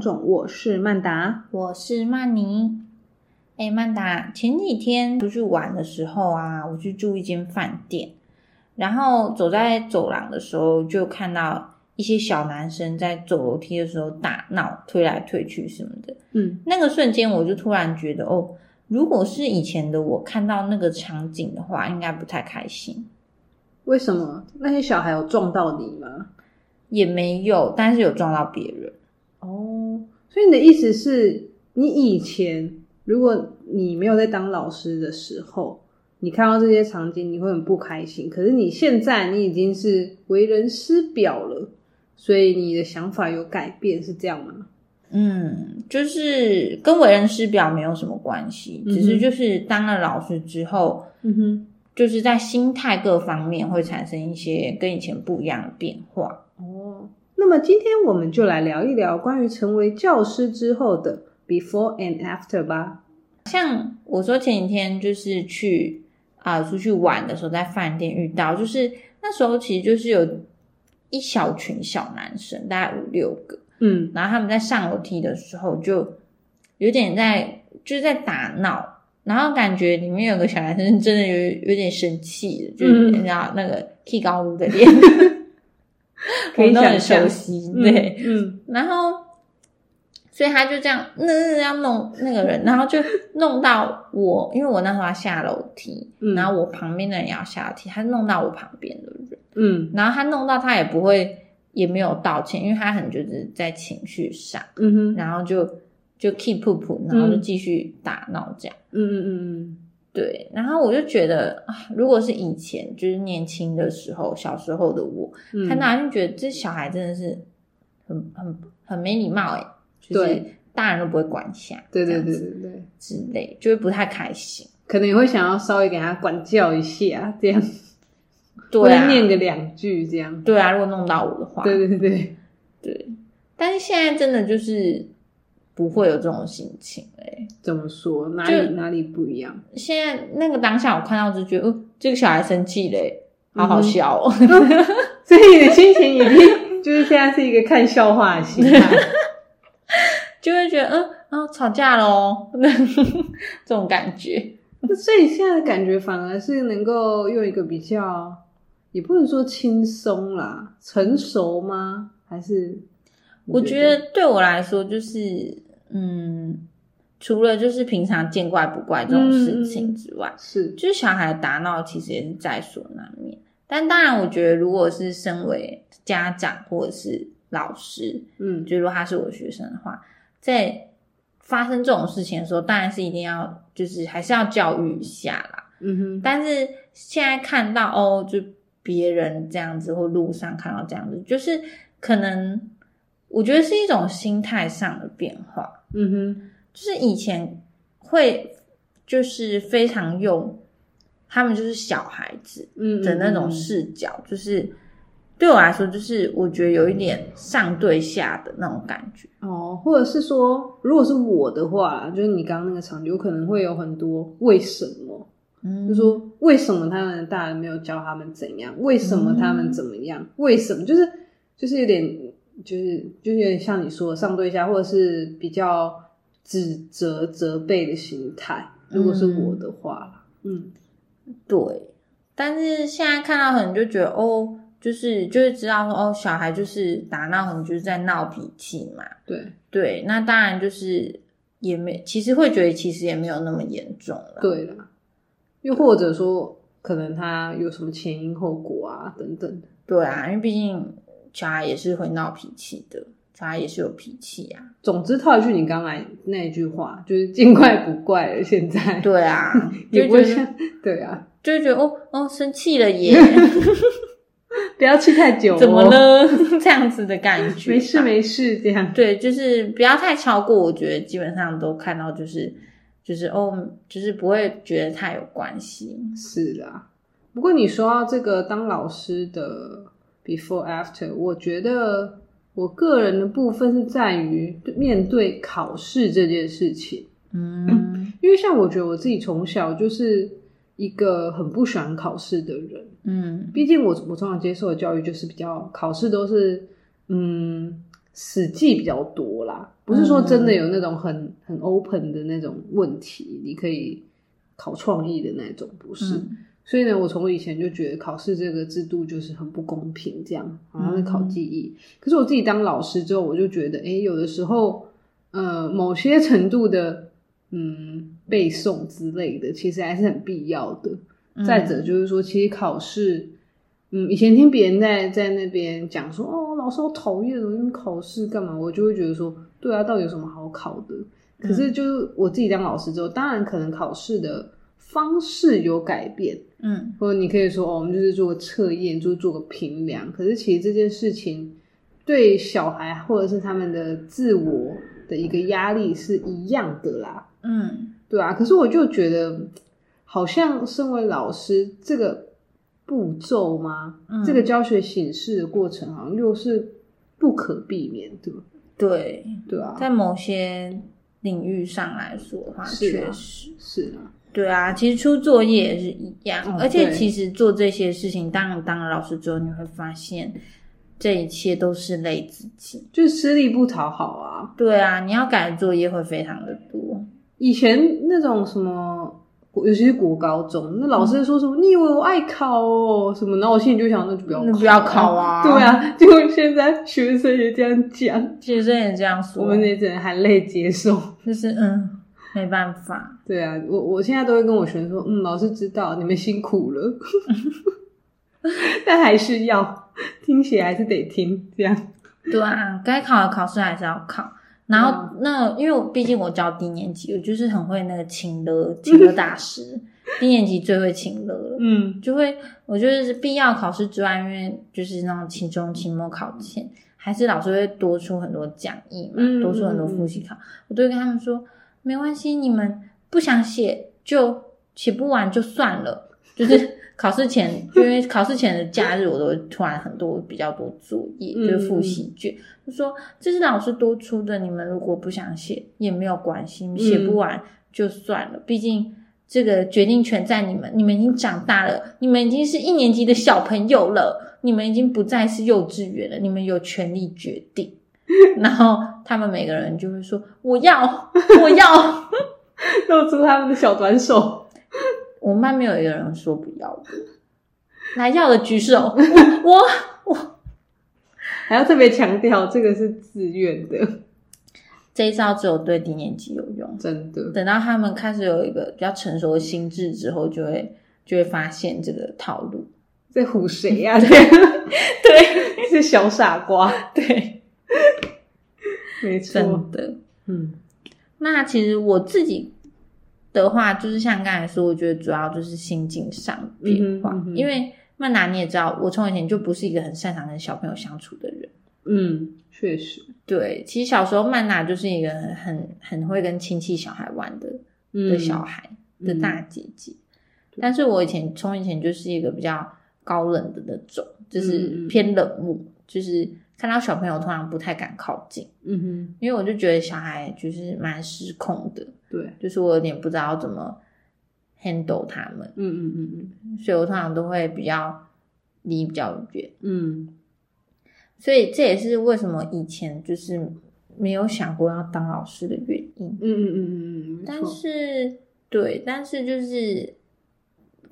种。我是曼达，我是曼妮。哎，曼达，前几天出去玩的时候啊，我去住一间饭店，然后走在走廊的时候，就看到一些小男生在走楼梯的时候打闹、推来推去什么的。嗯，那个瞬间，我就突然觉得，哦，如果是以前的我看到那个场景的话，应该不太开心。为什么那些小孩有撞到你吗？也没有，但是有撞到别人。哦，所以你的意思是，你以前如果你没有在当老师的时候，你看到这些场景，你会很不开心。可是你现在你已经是为人师表了，所以你的想法有改变，是这样吗？嗯，就是跟为人师表没有什么关系，嗯哼只是就是当了老师之后，嗯哼，就是在心态各方面会产生一些跟以前不一样的变化。哦，那么今天我们就来聊一聊关于成为教师之后的 before and after 吧。像我说前几天就是去啊、出去玩的时候，在饭店遇到，就是那时候其实就是有一小群小男生，大概五六个，嗯然后他们在上楼梯的时候就有点在就是在打闹，然后感觉里面有个小男生真的有有点生气了，就是嗯你知道那个 K 高卢的脸， 可以我们都很想象熟悉，对，，嗯然后。所以他就这样，那、嗯、要弄那个人，然后就弄到我，因为我那时候要下楼梯，嗯然后我旁边的人也要下楼梯，他弄到我旁边的人，嗯然后他弄到他也不会，也没有道歉，因为他很就是在情绪上。嗯嗯哼，然后就就 keep 噗噗，然后就继续打闹这样。嗯嗯嗯对，然后我就觉得啊，如果是以前就是年轻的时候，小时候的我，嗯，看到他就觉得这小孩真的是很很很没礼貌哎，就是对大人都不会管辖，对这对样对子对对，之类，就会不太开心。可能也会想要稍微给他管教一下，这样，或对者啊，念个两句这样。对啊，如果弄到我的话，对对对，对但是现在真的就是不会有这种心情哎、怎么说？哪就里哪里不一样？ 现在那个当下，我看到就觉得，哦，这个小孩生气嘞，好嗯好笑哦。 所以你的心情已经就是现在是一个看笑话的心 态。就会觉得，嗯，然、后吵架喽， 这种感觉。所以现在的感觉反而是能够用一个比较，也不能说轻松啦，成熟吗？还是我觉得对我来说，就是，嗯，除了就是平常见怪不怪这种事情之外，是就是小孩打闹其实也是在所难免。但当然，我觉得如果是身为家长或者是老师，嗯就如果他是我学生的话，在发生这种事情的时候，当然是一定要就是还是要教育一下啦。嗯哼，但是现在看到哦，就别人这样子或路上看到这样子，就是可能我觉得是一种心态上的变化，嗯哼，就是以前会就是非常用他们就是小孩子嗯的那种视角，就是对我来说，就是我觉得有一点上对下的那种感觉。哦，或者是说，如果是我的话，就是你刚刚那个场景，有可能会有很多为什么，嗯就说为什么他们的大人没有教他们怎样，为什么他们怎么样，为什么就是就是有点就是就是有点像你说的上对下，或者是比较指责责备的心态。如果是我的话，嗯对，但是现在看到可能就觉得哦，就是就是知道说哦，小孩就是打闹，可能就是在闹脾气嘛。对对，那当然就是也没，其实会觉得其实也没有那么严重了。，对啦，又或者说可能他有什么前因后果啊等等的，对啊，因为毕竟小孩也是会闹脾气的，小孩也是有脾气啊。总之套一句你刚才那一句话，就是见怪不怪了。现在对啊， 也就不会觉得像对啊，就觉得哦哦生气 了耶，不要气太久、哦，怎么？了？ 这样子的感觉，啊没事。没事，这样对，就是不要太超过，我觉得基本上都看到就是就是哦，就是不会觉得太有关系。是啦。不过你说到这个当老师的 before after，我觉得我个人的部分是在于面对考试这件事情， 嗯因为像我觉得我自己从小就是一个很不喜欢考试的人，嗯毕竟我我从小接受的教育就是比较考试都是嗯死记比较多啦，不是说真的有那种很、很 open 的那种问题，你可以考创意的那种，不是。嗯所以呢，我从以前就觉得考试这个制度就是很不公平，这样好像在考记忆。可是我自己当老师之后，我就觉得，诶，有的时候，呃，某些程度的，嗯，背诵之类的，其实还是很必要的。嗯再者就是说，其实考试，嗯，以前听别人在在那边讲说，哦，老师好讨厌哦，你们考试干嘛？我就会觉得说，对啊，到底有什么好考的？可是就是我自己当老师之后，当然可能考试的方式有改变，嗯或者你可以说，哦，我们就是做个测验，就是做个评量。可是其实这件事情对小孩或者是他们的自我的一个压力是一样的啦。嗯对啊，可是我就觉得，好像身为老师，这个步骤吗？嗯这个教学形式的过程，好像又是不可避免的，对，对啊，在某些领域上来说的话，是啊确实。是啊，对啊，其实出作业也是一样，哦而且对其实做这些事情，当然当了老师之后，你会发现这一切都是累自己。就是吃力不讨好啊。对啊，你要改的作业会非常的多。以前那种什么。国尤其是国高中，那老师说嗯什么“你以为我爱考哦”什么，然后我心里就 想，那就不要那考不要考啊对啊，结果现在学生也这样讲，学生也这样说，我们也只能含泪接受。就是嗯，没办法。对啊，我我现在都会跟我学生说，嗯，老师知道你们辛苦 了， 但还是要听写，还是得听，这样对啊，该考的考试还是要考。然嗯后那因为我毕竟我教低年级，我就是很会那个请了请了大 师，低年级最会请了了。嗯就会，我觉得是必要考试之外，因为就是那种期中、期末考前，还是老师会多出很多讲义嘛，嗯多出很多复习考。我都会跟他们说，没关系，你们不想写就写不完就算了。就是 考试前，因为考试前的假日，我都会突然很多比较多作业，嗯就是复习卷，就说这是老师多出的，你们如果不想写也没有关系，写不完就算了，毕竟这个决定权在你们，你们已经长大了，你们已经是一年级的小朋友了，你们已经不再是幼稚园了，你们有权利决定。然后他们每个人就会说：“我要，我要。 露出他们的小短手。”我们班没有一个人说不要的，来要的举手。 我我还要特别强调，这个是自愿的，这一招只有对低年级有用。真的。等到他们开始有一个比较成熟的心智之后，就会就会发现这个套路。在唬谁 呀、 这样对是小傻瓜，对， 没错真。的。嗯那其实我自己的话，就是像刚才说，我觉得主要就是心境上变化，嗯哼嗯哼因为曼达你也知道，我从以前就不是一个很擅长跟小朋友相处的人。嗯，确实。对，其实小时候曼达就是一个很很很会跟亲戚小孩玩的嗯，的小孩、的大姐姐，但是我以前从以前就是一个比较高冷的那种，就嗯是嗯嗯偏冷漠，就是看到小朋友通常不太敢靠近，嗯哼，因为我就觉得小孩就是蛮失控的，对，就是我有点不知道怎么 handle 他们，嗯嗯嗯所以我通常都会比较离比较远，嗯所以这也是为什么以前就是没有想过要当老师的原嗯因。嗯嗯嗯嗯，没但错是对，但是就是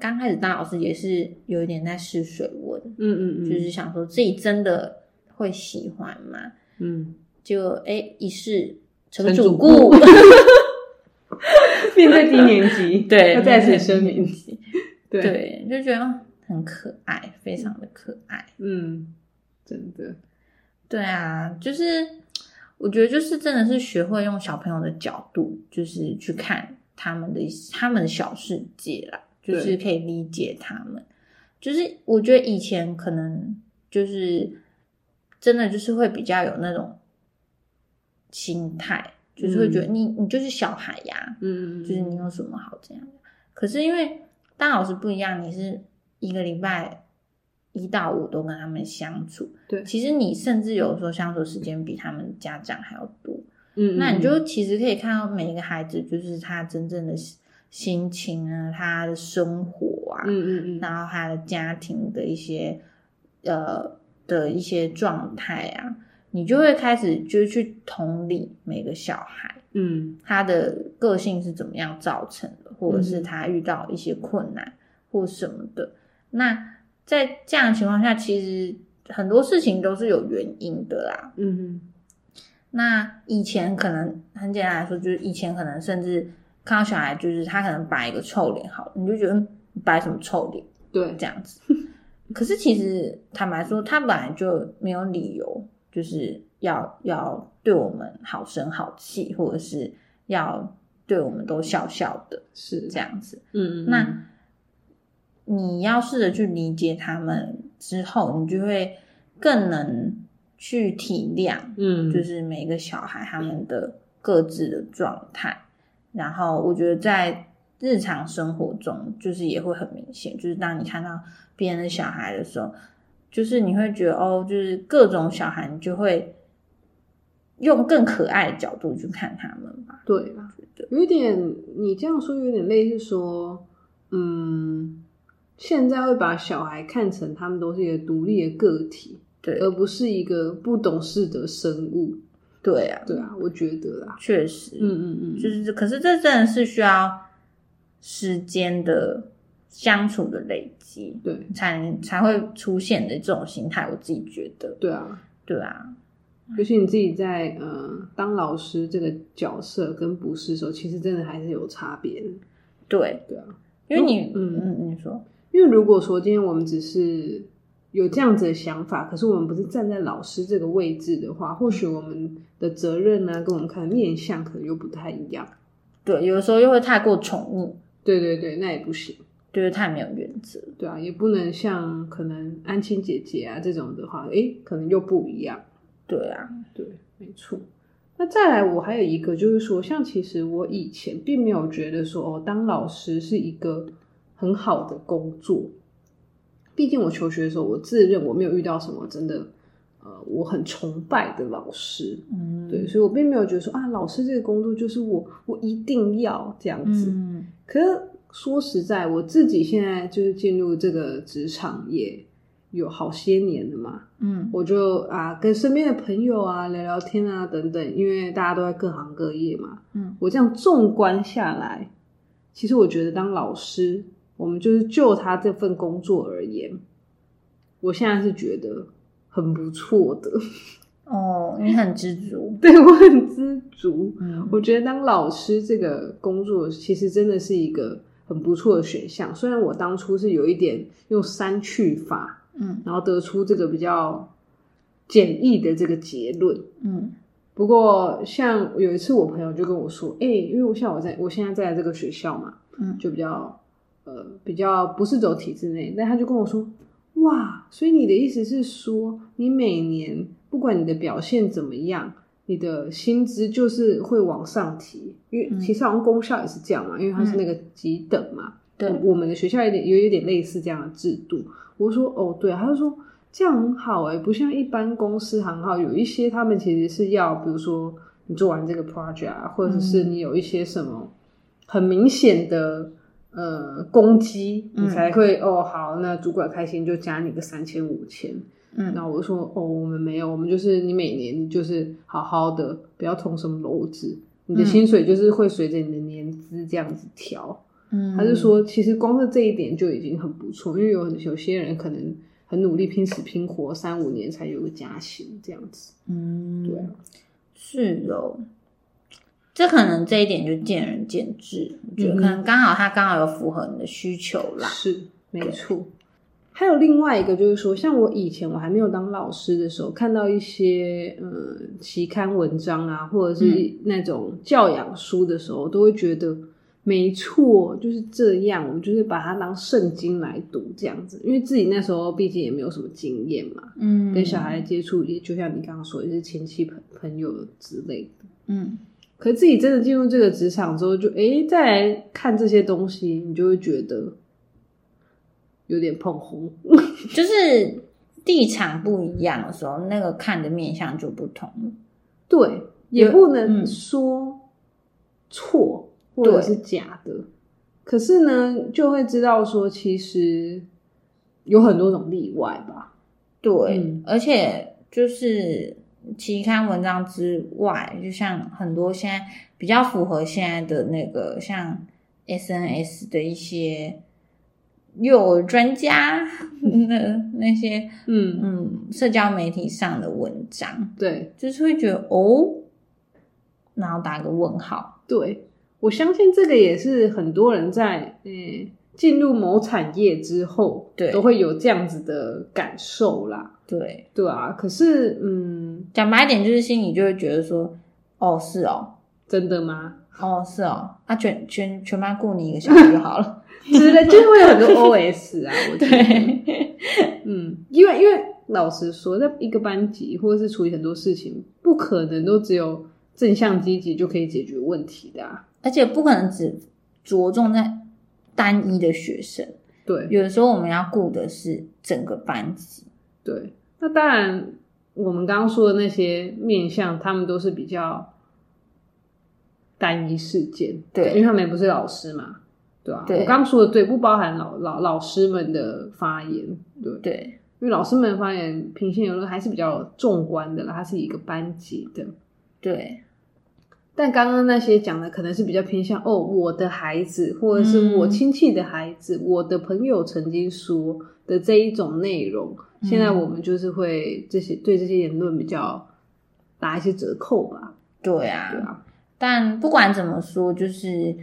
刚开始当老师也是有一点在试水温，嗯嗯嗯，就是想说自己真的会喜欢吗？嗯，就哎一试成成主主顾 顾，面 对低年级，对，要再次声明，对对，就觉得哦很可爱，非常的可爱。嗯，真的，对啊，就是我觉得就是真的是学会用小朋友的角度，就是去看他们的他们的小世界啦，就对是可以理解他们。就是我觉得以前可能就是真的就是会比较有那种心态，就是会觉得你、你就是小孩呀，嗯，就是你有什么好这样的。可是因为当老师不一样，你是一个礼拜一到五都跟他们相处，对其实你甚至有时候相处时间比他们家长还要多，嗯，那你就其实可以看到每一个孩子就是他真正的心心情啊，他的生活啊，嗯嗯嗯，然后他的家庭的一些呃的一些状态啊，你就会开始就是去同理每个小孩嗯他的个性是怎么样造成的，或者是嗯他遇到一些困难或什么的。那在这样的情况下，其实很多事情都是有原因的啦。嗯那以前可能很简单来说，就是以前可能甚至看到小孩，就是他可能摆一个臭脸，好了，你就觉得嗯你摆什么臭脸哼，对，这样子。可是其实坦白说，他本来就没有理由，就是要要对我们好声好气，或者是要对我们都笑笑的是这样。样子。嗯，嗯那你要试着去理解他们之后，你就会更能去体谅嗯就是每个小孩他们的各自的状态。然后我觉得在日常生活中，就是也会很明显，就是当你看到别人的小孩的时候，就是你会觉得哦，就是各种小孩，你就会用更可爱的角度去看他们吧。对啦，有点你这样说有点类似说，嗯，现在会把小孩看成他们都是一个独立的个体，对而不是一个不懂事的生物。对啊，对啊，我觉得啦，确实，嗯嗯嗯，就是这，可是这真的是需要时间的相处的累积，对才能才会出现的这种心态。我自己觉得，对啊，对啊，尤其你自己在呃当老师这个角色跟不是的时候，其实真的还是有差别的。对对啊，因为你，嗯嗯嗯，你说，因为如果说今天我们只是有这样子的想法，可是我们不是站在老师这个位置的话，或许我们的责任呢、跟我们看的面向可能又不太一样。对，有的时候又会太过宠溺，对对对，那也不行。就是太没有原则，对啊，也不能像可能安青姐姐啊这种的话，诶，可能又不一样。对啊，对，没错。那再来，我还有一个就是说，像其实我以前并没有觉得说，哦，当老师是一个很好的工作。毕竟我求学的时候，我自认我没有遇到什么真的，呃，我很崇拜的老师。嗯，对，，所以我并没有觉得说啊，老师这个工作就是我我一定要这样子。嗯，可是说实在，我自己现在就是进入这个职场也有好些年了嘛，嗯，我就啊跟身边的朋友啊聊聊天啊等等，因为大家都在各行各业嘛。嗯，我这样纵观下来，其实我觉得当老师，我们就是就他这份工作而言，我现在是觉得很不错的， 哦，你很知足，对我很知足。嗯，我觉得当老师这个工作，其实真的是一个很不错的选项。虽然我当初是有一点用删去法，嗯然后得出这个比较简易的这个结论，嗯不过，像有一次我朋友就跟我说，哎、因为我像我在我现在在这个学校嘛，嗯，就比较呃比较不是走体制内，但他就跟我说，哇，所以你的意思是说，你每年不管你的表现怎么样，你的薪资就是会往上提，因为嗯其实好像公校也是这样嘛，因为它是那个几等嘛，对，我我们的学校有点有有点类似这样的制度。我说哦，对啊，他就说这样很好哎、不像一般公司行号，有一些他们其实是要，比如说你做完这个 project 啊，或者是嗯你有一些什么很明显的呃攻击，你嗯才会、哦好，那主管开心就加你个三千五千。然嗯，后我就说哦，我们没有，我们就是你每年就是好好的，不要同什么楼子，你的嗯薪水就是会随着你的年资这样子调。嗯，他就，说，其实光是这一点就已经很不错，因为有很有些人可能很努力拼死拼活，三五年才有个加薪这样子。嗯，对啊，是哦，这可能这一点就见仁见智，我觉嗯得哼可能刚好他刚好有符合你的需求啦。是，没错。还有另外一个就是说，像我以前我还没有当老师的时候，看到一些呃期刊文章啊，或者是那种教养书的时候，都会觉得没错，就是这样，我们就是把它当圣经来读这样子，因为自己那时候毕竟也没有什么经验嘛。嗯，跟小孩的接触，也就像你刚刚说，也是亲戚朋朋友之类的。嗯，可是自己真的进入这个职场之后就，诶再来看这些东西，你就会觉得有点碰红。就是立场不一样的时候，那个看的面相就不同了。对，也不能嗯说错或者对是假的，可是呢，就会知道说，其实有很多种例外吧。对，嗯而且就是期刊文章之外，就像很多现在比较符合现在的那个像 SNS 的一些幼儿专家那那些嗯，嗯社交媒体上的文章，对就是会觉得哦，然后打个问号，对，我相信这个也是很多人在嗯进入某产业之后，对都会有这样子的感受啦，对，对啊。可是嗯，讲白一点就是心里就会觉得说，哦是哦，真的吗？哦是哦，啊全全全班雇你一个小时就好了， 之类，就是会有很多 OS 啊，我觉得，对，嗯，因为因为老实说，在一个班级或者是处理很多事情，不可能都只有正向积极就可以解决问题的、啊，而且不可能只着重在单一的学生，对有的时候我们要顾的是整个班级，对。那当然，我们刚刚说的那些面向，他们都是比较单一事件，对因为他们也不是老师嘛，对吧、啊？对我刚刚说的对，不包含老老老师们的发言，对。对因为老师们发言平心而论还是比较纵观的啦，它是一个班级的。对但刚刚那些讲的可能是比较偏向哦，我的孩子或者嗯是我亲戚的孩子，我的朋友曾经说的这一种内容，嗯现在我们就是会这些对这些言论比较打一些折扣吧，对啊对，啊，但不管怎么说，就是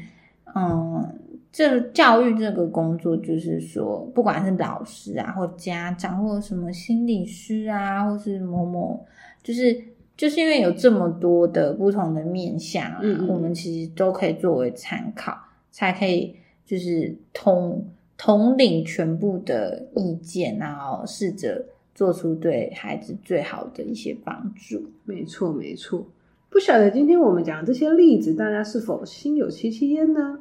嗯，这教育这个工作，就是说，不管是老师啊，或家长，或什么心理师啊，或是某某，就是就是因为有这么多的不同的面向啊，嗯嗯我们其实都可以作为参考，才可以就是统统领全部的意见，然后试着做出对孩子最好的一些帮助。没错没错。不晓得今天我们讲的这些例子，大家是否心有戚戚焉呢？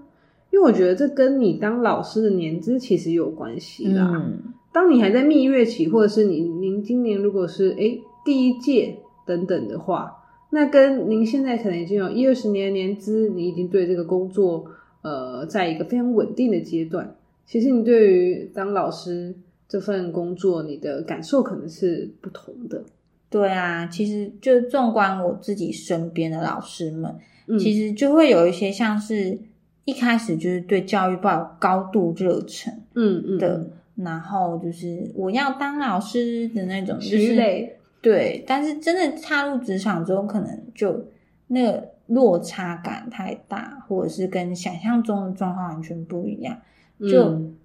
因为我觉得这跟你当老师的年资其实有关系啦。嗯，当你还在蜜月期，或者是你您今年如果是诶第一届等等的话，那跟您现在可能已经有一二十年的年资，你已经对这个工作呃，在一个非常稳定的阶段，其实你对于当老师这份工作，你的感受可能是不同的。对啊，其实就纵观我自己身边的老师们，嗯，其实就会有一些像是一开始就是对教育抱有高度热忱，嗯嗯的然后就是我要当老师的那种，就徐是磊，对，但是真的踏入职场之后，可能就那个落差感太大，或者是跟想象中的状况完全不一样，就嗯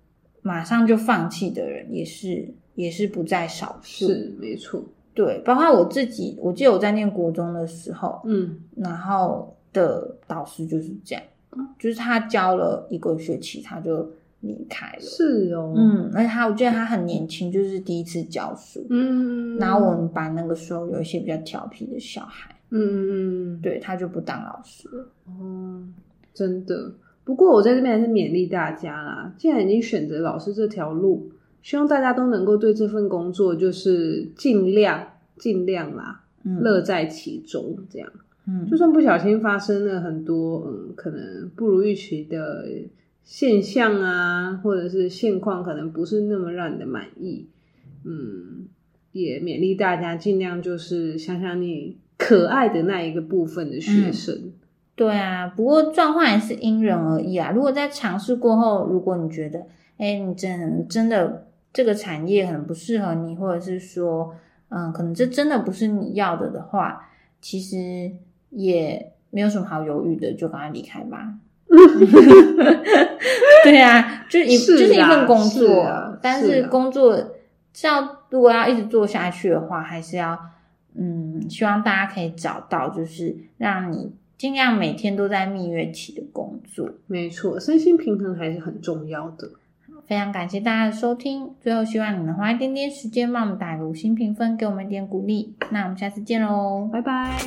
马上就放弃的人也是也是不在少数。是没错，对，包括我自己，我记得我在念国中的时候，嗯然后的导师就是这样，就是他教了一个学期，他就离开了。是哦，嗯，而且他，我记得他很年轻，就是第一次教书。嗯，然后我们班那个时候有一些比较调皮的小孩，嗯嗯嗯，对他就不当老师了。哦，真的。不过我在这边还是勉励大家啦，既然已经选择老师这条路，希望大家都能够对这份工作就是尽量尽量啦，嗯，乐在其中。这样，嗯，就算不小心发生了很多嗯，可能不如预期的现象啊，或者是现况，可能不是那么让你的满意，嗯，也勉励大家尽量就是想想你可爱的那一个部分的学嗯生。对啊，不过状况也是因人而异啊。如果在尝试过后，如果你觉得，哎，你真真的这个产业可能不适合你，或者是说，嗯，可能这真的不是你要的的话，其实也没有什么好犹豫的，就赶快离开 吧。对啊，就是一是啊就是一份工是作，啊但是是啊工作是要如果要一直做下去的话，还是要嗯，希望大家可以找到，就是让你尽量每天都在蜜月期的工作。没错，身心平衡还是很重要的。非常感谢大家的收听，最后希望你能花一点点时间帮我们打个五星评分，给我们一点鼓励。那我们下次见喽，拜拜。